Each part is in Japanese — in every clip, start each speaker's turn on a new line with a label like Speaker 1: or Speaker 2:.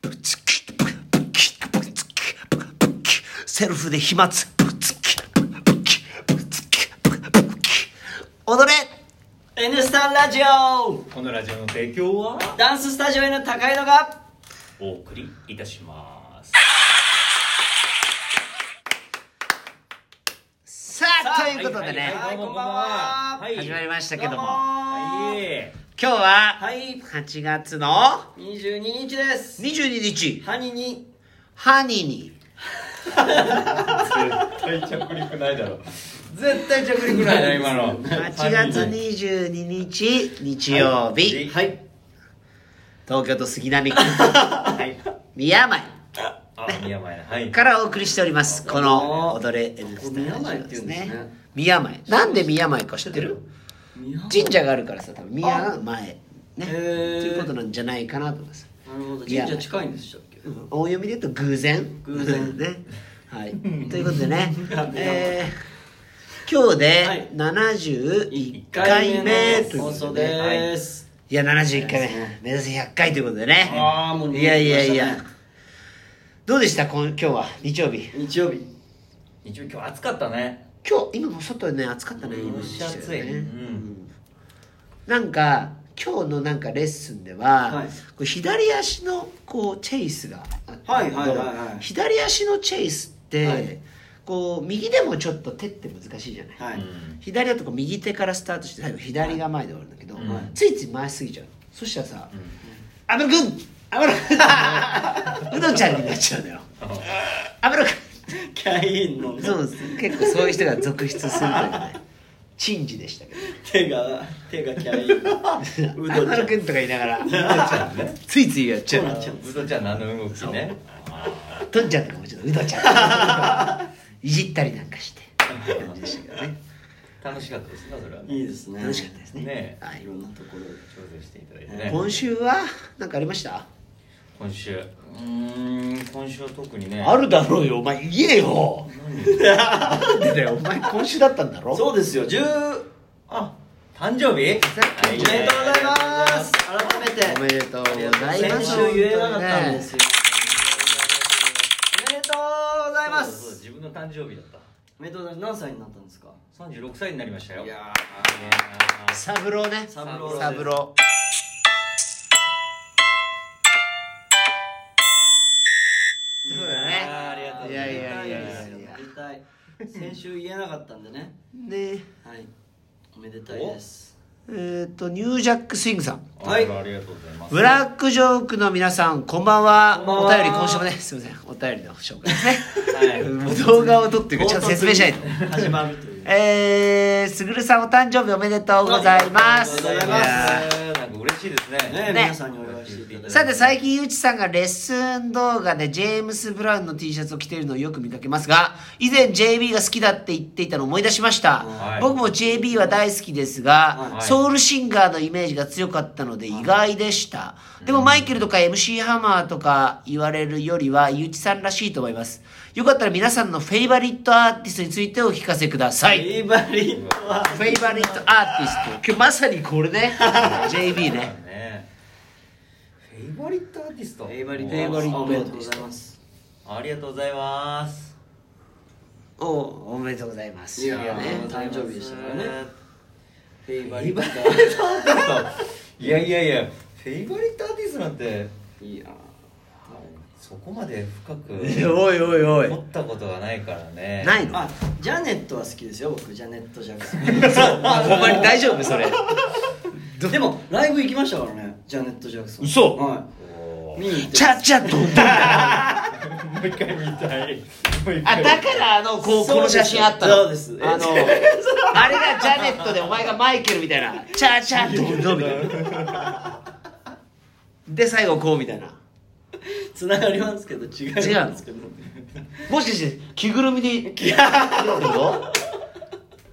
Speaker 1: ブツキブキブツキブキセルフで飛沫ブツキブキブツキブキ踊れ N スタラジオ
Speaker 2: このラジオの提供は
Speaker 1: ダンススタジオへの高いのが
Speaker 2: お送りいたします
Speaker 1: さあということでね、
Speaker 2: はい
Speaker 3: こんばんは
Speaker 2: はい
Speaker 1: 始まりましたけども
Speaker 3: どうも
Speaker 2: はい
Speaker 1: 今日は
Speaker 3: はい、
Speaker 1: 8月の
Speaker 3: 二十二日です。
Speaker 1: 22日
Speaker 3: ハニに
Speaker 1: ハニーに
Speaker 2: 絶対着陸ないだろ
Speaker 3: 絶対着陸
Speaker 2: ない
Speaker 3: 今
Speaker 2: な今の
Speaker 1: 8月22日日曜日、
Speaker 3: はい、
Speaker 1: 東京都杉並区
Speaker 2: はい
Speaker 1: 宮前
Speaker 2: あ宮前ねはい
Speaker 1: からお送りしておりますこの「
Speaker 3: あ
Speaker 1: 踊れ N スタ」
Speaker 3: 宮前っ
Speaker 1: で
Speaker 3: て言
Speaker 1: す
Speaker 3: うんですね
Speaker 1: ね宮前なんで宮前か知ってる神社があるからさ多分宮が前ね
Speaker 3: へー
Speaker 1: っていうことなんじゃないかなと思います、
Speaker 3: なるほど、神
Speaker 1: 宮前
Speaker 3: 社近いんでしたっけ。
Speaker 1: うん大読みで言うと偶然
Speaker 3: 偶 然
Speaker 1: ねはいということで ねえー今日で71回目というこ
Speaker 3: 放
Speaker 1: と
Speaker 3: 送
Speaker 1: で、ねはい
Speaker 3: です。
Speaker 1: いや71回目目指せ100回ということでね
Speaker 3: あーもうね
Speaker 1: いやいやい
Speaker 3: 来ま
Speaker 1: や
Speaker 3: したね
Speaker 1: どうでしたこん今日は日曜日
Speaker 3: 日曜日。
Speaker 2: 一応今日暑かったね
Speaker 1: 今日今も外でね暑かったね今
Speaker 2: 蒸し暑い
Speaker 1: ね
Speaker 2: うん
Speaker 1: なんか今日のなんかレッスンでは、
Speaker 3: はい
Speaker 1: こう左足のこうチェイスがあったんだけど
Speaker 3: はいはいはいはい
Speaker 1: 左足のチェイスって、
Speaker 3: はい
Speaker 1: こう右でもちょっと手って難しいじゃない、
Speaker 3: はい。
Speaker 2: うん
Speaker 1: 左だとこう右手からスタートして最後左が前で終わるんだけど、
Speaker 2: はい
Speaker 1: ついつい回しすぎちゃうそしたらさ
Speaker 2: うん
Speaker 1: 「安室君安室君 うのちゃんになっちゃうのよ安室君
Speaker 3: キャインのね
Speaker 1: そうです結構そういう人が続出するというね珍事でしたけど
Speaker 3: 手が手がキャイン
Speaker 1: 安
Speaker 3: の。うどんちゃ
Speaker 1: 室
Speaker 3: ん。
Speaker 1: 君とか言いながら
Speaker 2: ちゃんね
Speaker 1: ついついやっちゃう
Speaker 3: そう
Speaker 1: の
Speaker 3: なんちゃん
Speaker 2: うどちゃんのあの動きね
Speaker 1: とんちゃんとかもちょっとうどちゃんいじったりなんかしてって感じでしたけどね
Speaker 2: 楽しかったですねそれはい
Speaker 3: いですね。
Speaker 1: 楽しかったですね
Speaker 2: ね
Speaker 1: はいい
Speaker 3: ろ、んなところで。
Speaker 2: 挑戦していただいてね
Speaker 1: 今週は何かありました
Speaker 2: 今週うーん今週は特にね
Speaker 1: あるだろうよお前言えよなんでだよお前今週だったんだろ
Speaker 3: そうですよ。十。
Speaker 2: あ誕生日
Speaker 3: おめでとうございます。改めて。
Speaker 1: おめでとうございます
Speaker 3: 先週言えなかったんですよ。おめでとうございま
Speaker 2: そうそう
Speaker 3: す。
Speaker 2: 自分の誕生日だった
Speaker 3: おめでとうございます。何歳になったんですか。
Speaker 2: 36歳になりましたよ
Speaker 3: や
Speaker 2: ね
Speaker 1: サブローね
Speaker 3: サブロー
Speaker 1: サブローそうだね
Speaker 2: あーありがとうございます
Speaker 1: いやいやいやいやいや
Speaker 3: 先週言えなかったんでね。
Speaker 1: で
Speaker 3: はい。おめでたいです。
Speaker 1: えっとニュージャックスイングさん
Speaker 2: あ
Speaker 3: はい
Speaker 2: ありがとうございます
Speaker 1: ブラックジョークの皆さんこんばんは
Speaker 3: こんばんは
Speaker 1: お便り今週もねすいませんお便りの紹介です
Speaker 2: は
Speaker 1: ね
Speaker 2: い
Speaker 1: もう動画を撮ってるからちゃんと説明しないと
Speaker 3: 始まるという。
Speaker 1: えー、すぐるさんお誕生日おめでとうございます
Speaker 3: おめでとうございます
Speaker 1: や
Speaker 2: えーなんか嬉しいですね
Speaker 3: ね、
Speaker 1: ね
Speaker 3: 皆さんにお祝いしていただ
Speaker 1: ー
Speaker 3: い
Speaker 1: さて最近ゆうちさんがレッスン動画でジェームス・ブラウンの T シャツを着ているのをよく見かけますが以前 JB が好きだって言っていたのを思い出しました、
Speaker 2: はい
Speaker 1: 僕も JB は大好きですが、
Speaker 2: はい
Speaker 1: ソウルシンガーのイメージが強かったので意外でした、でもマイケルとか MC ハマーとか言われるよりはゆうちさんらしいと思いますよかったら皆さんのフェイバリットアーティストについてお聞かせください
Speaker 3: フェイバリットは。
Speaker 1: フェイバリットアーティスト今日まさにこれ ね JB ね
Speaker 2: ねフェイバリットアーティスト
Speaker 3: フェイバリッ
Speaker 1: フェイバリット
Speaker 3: ト。おめでとうございます。
Speaker 2: ありがとうございます
Speaker 1: おおめでとうございます
Speaker 3: いや
Speaker 2: ありがとうご
Speaker 1: ね
Speaker 2: ざいます
Speaker 3: 誕生日でしたからねフェイ
Speaker 2: フ
Speaker 3: バ
Speaker 2: ェイ
Speaker 3: リッ
Speaker 2: バリッ
Speaker 3: ト。
Speaker 2: トアーティストいやいやいやフェイバリットアーティストなんて
Speaker 3: いや
Speaker 2: そこまで深く
Speaker 1: おいおいお
Speaker 2: 思ったことがないからね
Speaker 1: ないの
Speaker 3: あジャネットは好きですよ僕ジャネット・ジャクソ
Speaker 1: ほんまに大丈夫それ
Speaker 3: ンでもライブ行きましたからねジャネット・ジャクソン
Speaker 1: 嘘
Speaker 3: は
Speaker 2: お
Speaker 3: い
Speaker 2: ー
Speaker 3: 見に行って
Speaker 1: チャチャと踊った
Speaker 2: もう一回見たいもう一
Speaker 1: あ
Speaker 2: 回
Speaker 1: だからあのこうこの写真あったの
Speaker 3: そうです
Speaker 1: あのあれがジャネットでお前がマイケルみたいなチャチャと踊るみたいなで最後こうみたいな
Speaker 3: つながりますけど違うんですけど
Speaker 1: もしかして着ぐる みでってこと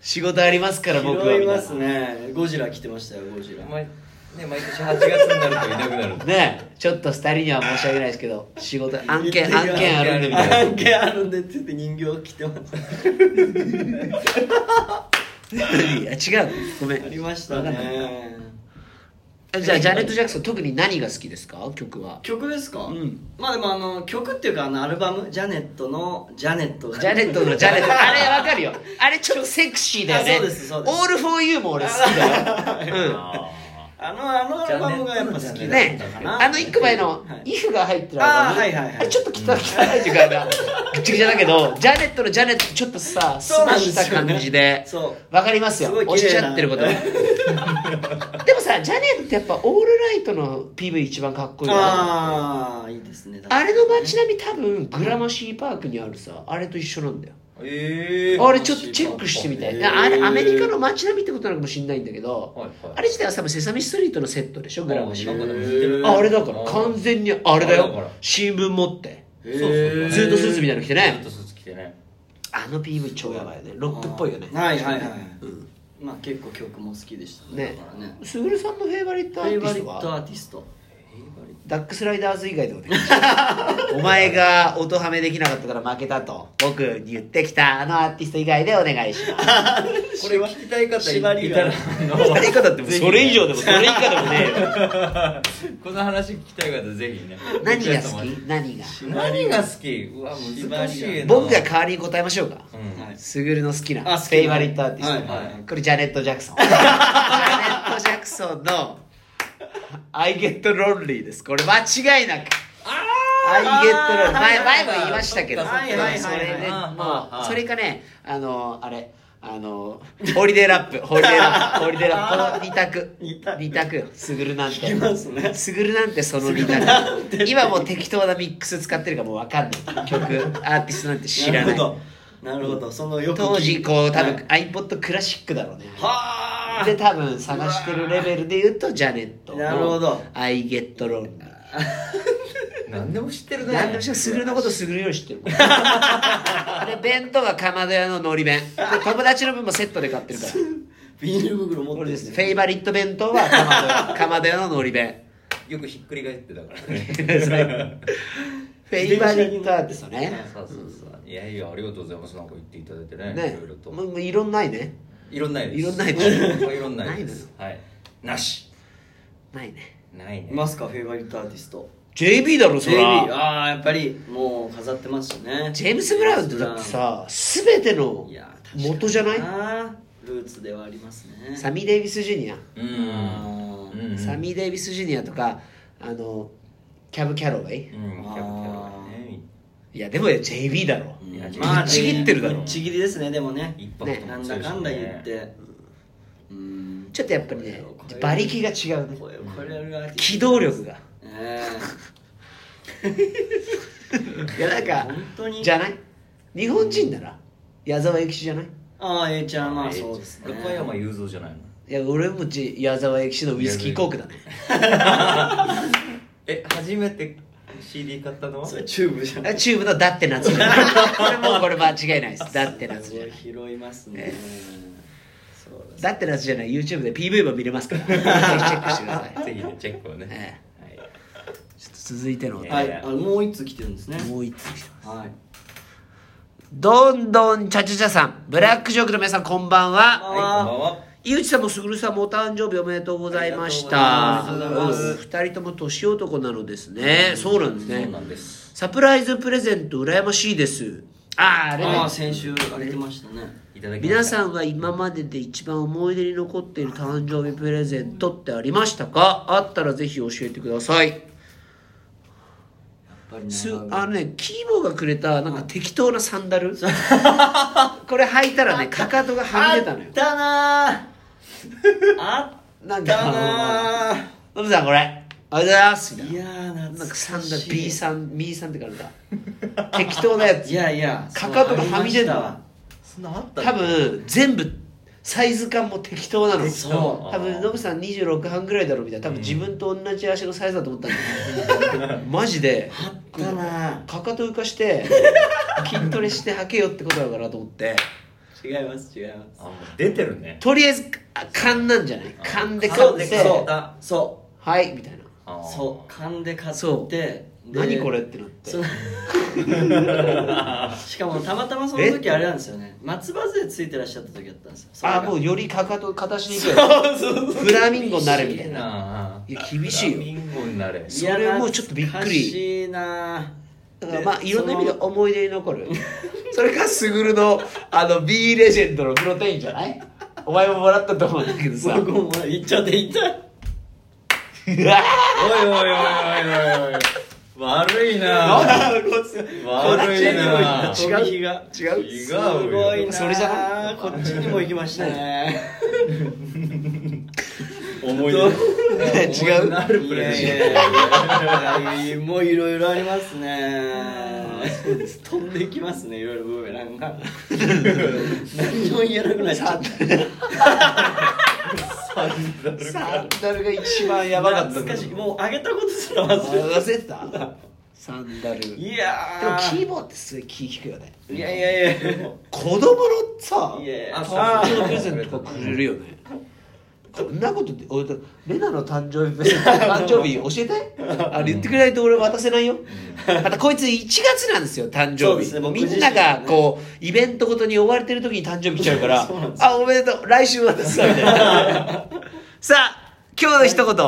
Speaker 1: 仕事ありますから僕は
Speaker 3: 拾
Speaker 1: み
Speaker 3: い
Speaker 1: たい
Speaker 3: ま
Speaker 1: な
Speaker 3: すねゴジラ来てましたよゴジラ
Speaker 2: 毎ね毎年8月になるといなくなる
Speaker 1: ねえちょっと2人には申し訳ないですけど仕事案件
Speaker 3: 言っ
Speaker 1: 案
Speaker 3: てる
Speaker 1: 件あるんでみたいな
Speaker 3: 案件あるんでって言って人形来てました
Speaker 1: いや違うごめん
Speaker 3: ありました
Speaker 1: わかんない
Speaker 3: ね
Speaker 1: じゃあジャネット・ジャクソン特に何が好きですか曲は
Speaker 3: 曲ですか、
Speaker 1: うん
Speaker 3: まあでもあの曲っていうかあのアルバムジャネットのジャネット
Speaker 1: ジャネットのジャネット あれわかるよあれちょっとセクシーだよね
Speaker 3: あそうですそうです
Speaker 1: オール・フォー・ユーも俺好きだよ、うん
Speaker 3: あのあのアルバムがやっぱ好きだったかな、
Speaker 1: ねあの一個前の
Speaker 3: は
Speaker 1: 「
Speaker 3: い
Speaker 1: イフ」が入ってるアルバム
Speaker 3: あーはいはいはい
Speaker 1: あれちょっと汚い汚いっていうかなぐちゃぐちゃだけどジャネットのジャネットちょっとさス
Speaker 3: そう
Speaker 1: マ
Speaker 3: な
Speaker 1: ッ
Speaker 3: んで
Speaker 1: シュ
Speaker 3: すよね
Speaker 1: した感じで
Speaker 3: そ
Speaker 1: わかりますよ
Speaker 3: すごい綺麗な
Speaker 1: おっしゃってること でもさジャネットってやっぱオールライトの PV 一番かっこ
Speaker 3: う
Speaker 1: いいよね
Speaker 3: ああいいですね
Speaker 1: あれの街並み多分グラマシーパークにあるさあれと一緒なんだよ
Speaker 2: ええ
Speaker 1: あれちょっとチェックしてみたいあれアメリカの
Speaker 2: マ
Speaker 1: 街並みってことなのかもしれないんだけど
Speaker 2: はいはい
Speaker 1: あれ自体は多分セサミストリートのセットでしょグラマシー
Speaker 2: あ
Speaker 1: パー
Speaker 2: な
Speaker 1: ク
Speaker 2: んかでも似てる
Speaker 1: あれだから完全にあれだ
Speaker 2: あれだか
Speaker 1: よ
Speaker 2: ら
Speaker 1: 新聞持って
Speaker 2: そうそう
Speaker 1: ずっとスーツみたいなの着てね
Speaker 2: ずっとスーツ着てね
Speaker 1: あの PV 超やばいよねロックっぽいよね
Speaker 3: はいはいはい
Speaker 1: うん
Speaker 3: まあ結構曲も好きでした
Speaker 1: ね
Speaker 3: だからね
Speaker 1: すぐるさんのフェイバリッ
Speaker 3: フ
Speaker 1: トア
Speaker 3: ェイ
Speaker 1: ーティ
Speaker 3: バ
Speaker 1: ス
Speaker 3: リ
Speaker 1: ト
Speaker 3: ット
Speaker 1: は
Speaker 3: アーティスト
Speaker 1: ダックスライダーズ以外でもできる お前が音ハメできなかったから負けたと僕に言ってきたあのアーティスト以外でお願いします
Speaker 2: これ聞きたい方い
Speaker 3: 縛りが
Speaker 2: たら
Speaker 1: やり方ってもうそれ以上でもそれ以下でもねえよ
Speaker 2: この話聞きたい方ぜひね
Speaker 1: 何が好き何が
Speaker 2: 何が好きうわ難しいな
Speaker 1: 僕が代わりに答えましょうか
Speaker 2: うん
Speaker 3: はい
Speaker 1: すぐるの好きなフ
Speaker 3: あ好きな
Speaker 1: ェイバリットアーティスト、
Speaker 3: はいはい
Speaker 1: これジャネット・ジャクソンジャネット・ジャクソンの「I get lonely」ですこれ間違いなく「I get lonely」前前も言いましたけど
Speaker 2: そっ
Speaker 1: そ
Speaker 2: かそっか
Speaker 1: れね
Speaker 2: あ
Speaker 1: も
Speaker 2: ーあー
Speaker 1: うそれかねあのあれあのホリデーラップホリデーラップホリデーラ ップこの2択
Speaker 3: 二択
Speaker 1: 二択すぐるなんて
Speaker 3: 聞きます ね
Speaker 1: すぐるなんてその2択今もう適当なミックス使ってるからもう分かんない 曲アーティストなんて知ら
Speaker 3: な
Speaker 1: な
Speaker 3: る
Speaker 1: い
Speaker 3: ほどなるほどそのよく聞い
Speaker 1: 当時こう多分
Speaker 3: はい
Speaker 1: iPod クラシックだろうね
Speaker 3: はあ
Speaker 1: で多分探してるレベルで言うとジャネットの
Speaker 3: なるほど
Speaker 1: I get lonely
Speaker 2: 何でも知ってるね
Speaker 1: 何でもしかすぐるのことすぐるように知 ってるもんで弁当はかまど屋ののり弁で友達の分もセットで買ってるから
Speaker 3: ビニール袋持っ
Speaker 1: こ
Speaker 3: て
Speaker 1: れですねフェイバリット弁当はかまど 屋かまど屋ののり弁
Speaker 2: よくひっくり返ってたから
Speaker 1: それ
Speaker 2: ね
Speaker 1: フェイバリットアーティストね
Speaker 2: そうそうそういやいやありがとうございますなんか言っていただいてね
Speaker 1: ね
Speaker 2: いろいろと
Speaker 1: もうもういろんないね
Speaker 2: いろんないです
Speaker 1: いろんない
Speaker 2: ですいろんないで
Speaker 1: ない
Speaker 2: すはいなし
Speaker 1: ないね
Speaker 2: ないね
Speaker 3: いますかフェイバリットアーティスト
Speaker 1: JB だろそ
Speaker 3: JB
Speaker 1: ら
Speaker 3: ああやっぱりもう飾ってますしね
Speaker 1: ジェームス・ブラウンってだってさ全ての
Speaker 3: いや確かに
Speaker 1: 元じゃない
Speaker 3: ルーツではありますね
Speaker 1: サミー・デイビス・ジュニア、
Speaker 2: うん
Speaker 3: あー
Speaker 2: うんうん
Speaker 1: サミー・デイビス・ジュニアとかあのキャブ・キャロウェイ、
Speaker 2: うんキャプテンはね
Speaker 1: いやでも JB だろ、
Speaker 2: いや
Speaker 1: ぶ
Speaker 3: まあ
Speaker 1: っちぎってるだろ、
Speaker 3: ぶっちぎりですねでもね
Speaker 2: 一発
Speaker 1: ね
Speaker 3: なんだかんだ言ってうん
Speaker 1: ちょっとやっぱりね
Speaker 3: これ
Speaker 1: 馬力が違うね
Speaker 3: これこれが
Speaker 1: 機動力が
Speaker 3: え
Speaker 1: いやなんか
Speaker 3: 本当に
Speaker 1: じゃない日本人なら矢沢永吉じゃない
Speaker 3: えああ A ちゃんまあそうですね
Speaker 2: 横山雄三じゃないの
Speaker 1: いや俺もじ矢沢永吉のウイスキーコークだね
Speaker 2: え初めて CD 買ったのは
Speaker 3: それチューブじゃない
Speaker 1: あチューブの「だって夏」じゃない これもうこれ間違いないです「だって夏」じゃない
Speaker 3: 拾いますねそうです
Speaker 1: だって夏じゃない YouTube で PV も見れます からぜひチェックしてください
Speaker 2: ぜひねチェックをね、はい
Speaker 1: ちょっと続いての、
Speaker 2: ね
Speaker 3: はいあもう一通来てるんですね
Speaker 1: もう一つ来てます
Speaker 3: はい
Speaker 1: どんどんチャチャチャさんブラックジョークの皆さんこんばん
Speaker 3: こんば
Speaker 1: は
Speaker 3: んは
Speaker 2: はいこんばんは
Speaker 1: 井内さんもすぐるさんもお誕生日おめでとうございました
Speaker 2: あ
Speaker 3: りがとうございます
Speaker 1: うん二人とも年男なのですねそうなんです
Speaker 2: そう
Speaker 1: ね
Speaker 2: なんです
Speaker 1: サプライズプレゼント羨ましいですあーあれね
Speaker 3: ああ先週あげてましたね
Speaker 2: いただきました
Speaker 1: 皆さんは今までで一番思い出に残っている誕生日プレゼントってありましたかあったらぜひ教えてください
Speaker 3: やっぱりね
Speaker 1: す
Speaker 3: あ
Speaker 1: あのねキーボーがくれたなんか適当なサンダ ルこれ履いたらねかかとがはみ出たのよ
Speaker 3: ったなーあ
Speaker 1: な
Speaker 3: っ
Speaker 1: ん
Speaker 3: た
Speaker 1: か
Speaker 3: なー
Speaker 1: 「ノブさんこれありがとうございます」みたい
Speaker 3: い
Speaker 1: な
Speaker 3: やー
Speaker 1: な
Speaker 3: 懐
Speaker 1: んか
Speaker 3: かしい
Speaker 1: サンダル B さん B さんって書かれた適当なやつ
Speaker 3: い やいや
Speaker 1: かかとがはみ出るの
Speaker 3: そうあ
Speaker 2: そんなあった
Speaker 1: 多分全部サイズ感も適当なの
Speaker 3: そう
Speaker 1: 多分ノブさん26半ぐらいだろうみたいな多分自分と同じ足のサイズだと思ったん だけどマジで
Speaker 3: りましたわあっ
Speaker 1: かかと浮かして 筋トレして履けよってことだからと思って
Speaker 3: たなー違います違います
Speaker 2: あもう出てるね
Speaker 1: とりあえずあ勘なんじゃない勘で
Speaker 3: そ
Speaker 1: 勘
Speaker 3: う
Speaker 1: で
Speaker 3: で
Speaker 1: て
Speaker 3: そうそう
Speaker 1: はいみたいな
Speaker 2: あー
Speaker 3: そう勘で買
Speaker 1: そ
Speaker 3: ってで
Speaker 1: 何これってなって
Speaker 3: そのしかもたまたまその時あれなんですよね松葉杖ついてらっしゃった時だったんですよそれが
Speaker 1: あもうよりかかと形にいくやつフラミンゴになれみたいな
Speaker 2: ない
Speaker 1: や厳しいよ
Speaker 2: フラミンゴになれ
Speaker 1: それもうちょっとびっくり
Speaker 3: いや懐かしいな
Speaker 1: だからまあ
Speaker 3: で
Speaker 1: いろんな意味で
Speaker 3: その
Speaker 1: 思い出に残る それかスグルのあの B レジェンドのプロテインじゃないお前ももらったと思うんだけどさ
Speaker 3: 僕 も言っちゃって言っちゃって
Speaker 1: うわ
Speaker 2: おいおいおいおいおいおい悪いな悪いな
Speaker 1: 違う違
Speaker 3: 違う
Speaker 1: う
Speaker 2: 違う
Speaker 3: すごいな
Speaker 1: それじゃない
Speaker 3: こっちにも行きましたね
Speaker 2: 思い出
Speaker 1: 違う
Speaker 2: 思い出なるプ
Speaker 3: い
Speaker 2: レ
Speaker 3: やい
Speaker 2: ゼン
Speaker 3: やいやいやもういろいろありますね飛んできますねいろいろブーメランが何も言えなくなっちゃった
Speaker 2: ト
Speaker 1: サンダルが一番やばかった
Speaker 3: 懐かしいもうあげたことすら忘れて
Speaker 1: 忘れてたサンダルでも
Speaker 3: いや
Speaker 1: キーボードってすごい気利くよね
Speaker 3: ーいやいやいや
Speaker 1: 子供のさ
Speaker 3: いやいや
Speaker 1: 誕生日プレゼントとかくれるよねこんなことで俺とレナの誕生日プレゼント誕生日教えてあれ言ってくれないと俺渡せないよまたこいつ1月なんですよ誕
Speaker 3: そう
Speaker 1: 生
Speaker 3: で
Speaker 1: 日、
Speaker 3: すね僕
Speaker 1: みんながこうイベントごとに追われてる時に誕生日来ちゃうからあおめでとう来週渡すわみたいなさあ今日の一言、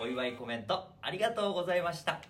Speaker 4: お祝いコメントありがとうございました